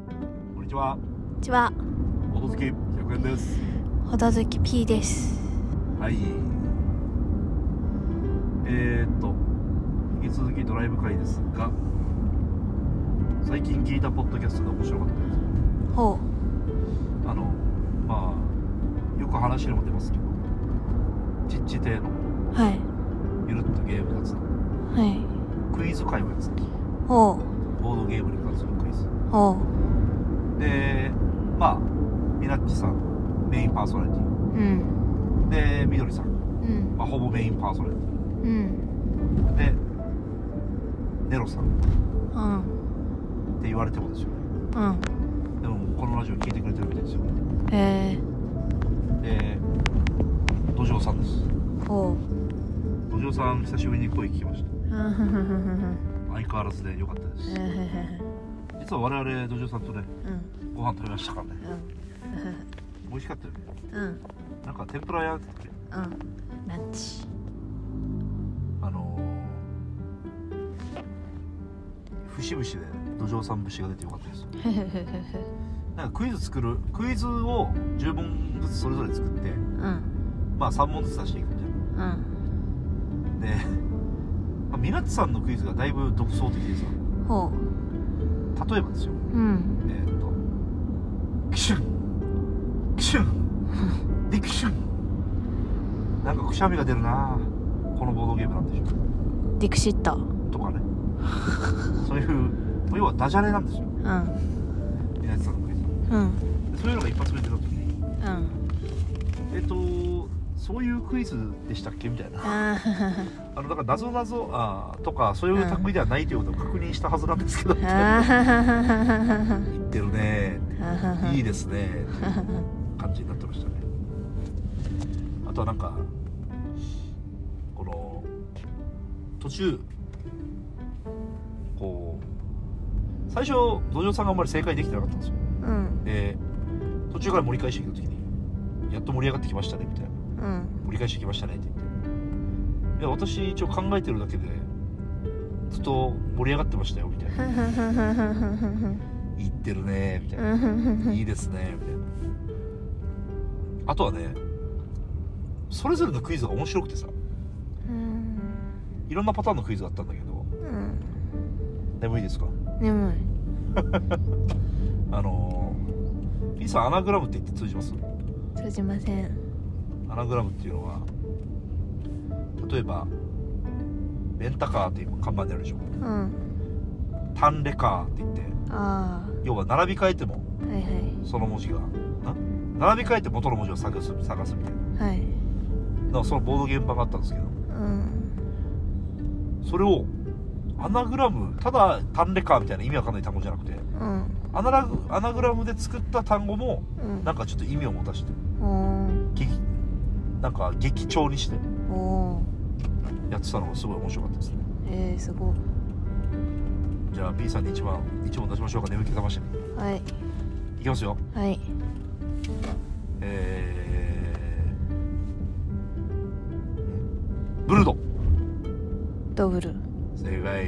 は。こんにちは、おとつき100円です。ほどずき P です。はい。えー、っと、引き続きドライブ会ですが、最近聞いたポッドキャストで面白かったです。ほあの、まあ、よく話にも出ますけど、ちっち亭のう、はい、ゆるっとゲームのやつと、はい、クイズ会をやつと、ほボードゲームに関するクイズ。う、ほで、まあ、ミラッチさん、メインパーソナリテう、うん、ィ。で、みどりさん、うん、まあ、ほぼメインパーソナリティ。うん、でネロさんっうん、て言われてもですよねうん、でもこのラジオ聞いてくれてるみたいですよえで土壌さんですー、ほ土壌さん久しぶりに声聞きましたう、うん、ふんふんふんふんふん相変わらずで良かったですえーふんふんふん実は我々土壌さんとねうんご飯食べましたからねう美味しかったよねん、うん、なんか天ぷら屋っててうん、ランチ、あのー、節々で土壌さん節が出てよかったですよふふふふふなんかクイズ作るクイズを10問ずつそれぞれ作ってうん、まあ3問ずつ出していくみたいなうん、で、まあ、ミナッツさんのクイズがだいぶ独創的でさほ例えばですよう、うんえ、ー、っとクシュンクシュンでクシュンなんかくしゃみが出るなこのボードゲームなんでしょディクシット、とかねそういうまあ要はダジャレなんですようん、ミナッツさんのクイズうん、でそういうのが一発目出た時にうん、えーっ、とそういうクイズでしたっけみたいなああのだから謎々あーとかそういう類ではないということを確認したはずなんですけど、言あ、ってるねあいいでですね感じになってましたねあとはなんかこの途中こう最初土壌さんがあんまり正解できてなかったんですようん、で途中から盛り返してきた時に「やっと盛り上がってきましたね」みたいなうん。 「盛り返してきましたね」って言って「いや私一応考えてるだけでずっと盛り上がってましたよ」みたいな「言ってるね」みたいなうんいいですねみたいなあとはねそれぞれのクイズが面白くてさいろんなパターンのクイズがあったんだけど眠いですか眠いあのー、P さんアナグラムって言って通じます通じませんアナグラムっていうのは例えばレンタカーっていう看板であるでしょうんタンレカーって言ってあ要は並び替えてもあはいその文字がな並び替えて元の文字を探す探すみたいなはいはいだからそのボードゲーム版があったんですけどうんそれをアナグラムただ単レカーみたいな意味わかんない単語じゃなくてうんアナラグアナグラムで作った単語もうんなんかちょっと意味を持たしてお激なんか劇調にしておおやってたのがすごい面白かったですねえー、すごじゃあ B さんに一番一問出しましょうか眠気覚ましてはいいきますよはいえー、ブルドドブル正解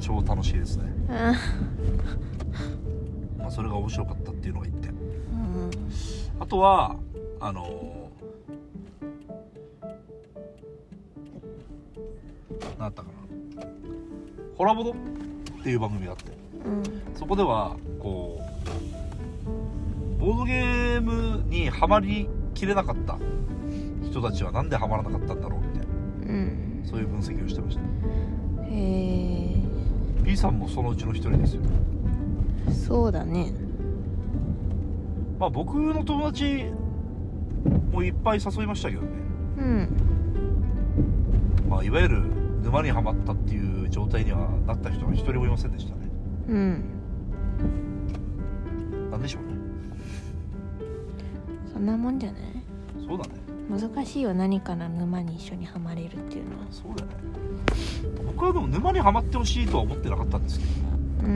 超楽しいですね、あまあ、それが面白かったっていうのが一点うんあとはあのー、なんだったかな「ホラボド」っていう番組があってうんそこではこうボードゲームにはまりきれなかった人たちはなんではまらなかったんだろうみたいなうんそういう分析をしてましたえ B さんもそのうちの一人ですよー、そうだねまあ僕の友達もいっぱい誘いましたけどねうんまあ、いわゆる沼にはまったっていう状態にはなった人が一人もいませんでしたねうんなんでしょうねそんなもんじゃないそうだね難しいよ何かの沼に一緒にはまれるっていうのはそうだね僕はでも沼にはまってほしいとは思ってなかったんですけどねう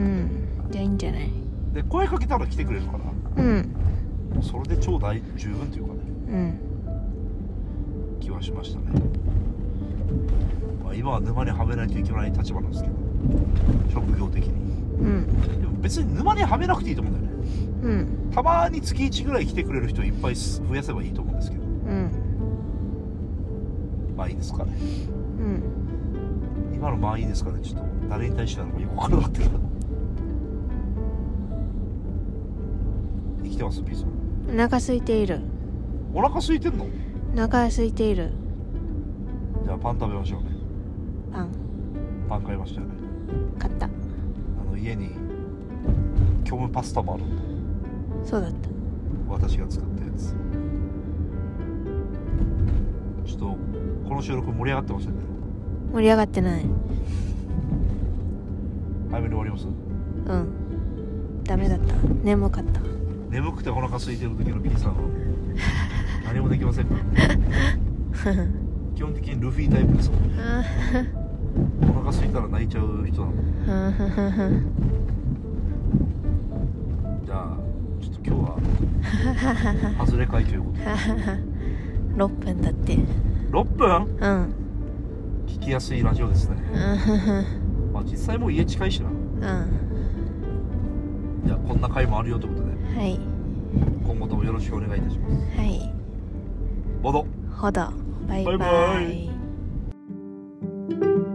んじゃあいいんじゃないで声かけたら来てくれるからうんそれで超大十分というかねうん気はしましたね、まあ、今は沼にはめないといけない立場なんですけど職業的にうんでも別に沼にはめなくていいと思うんだよねうんたまに月1ぐらい来てくれる人いっぱい増やせばいいと思うんですけどうんまあいいですかねうん今のまあいいですかねちょっと誰に対してなのかよくわからなかったけど生きてますビーソンお腹空いているお腹空いてんのお腹空いているじゃあパン食べましょうねパンパン買いましたよね買ったあの家に虚無パスタもあるんでそうだった私が作ったやつちょっとこの収録盛り上がってましたね盛り上がってない早めに終わりますうんダメだった眠かった眠くてお腹空いてる時の B さんは何もできませんから基本的にルフィタイプですからお腹空いたら泣いちゃう人なのでじゃあちょっと今日は外れ会ということで6分だって6分うん聞きやすいラジオですねまあ実際もう家近いしなうんはじゃあこんな回もあるよということでい今後ともよろしくお願いいたしますはいボドほどバイバイバイバイ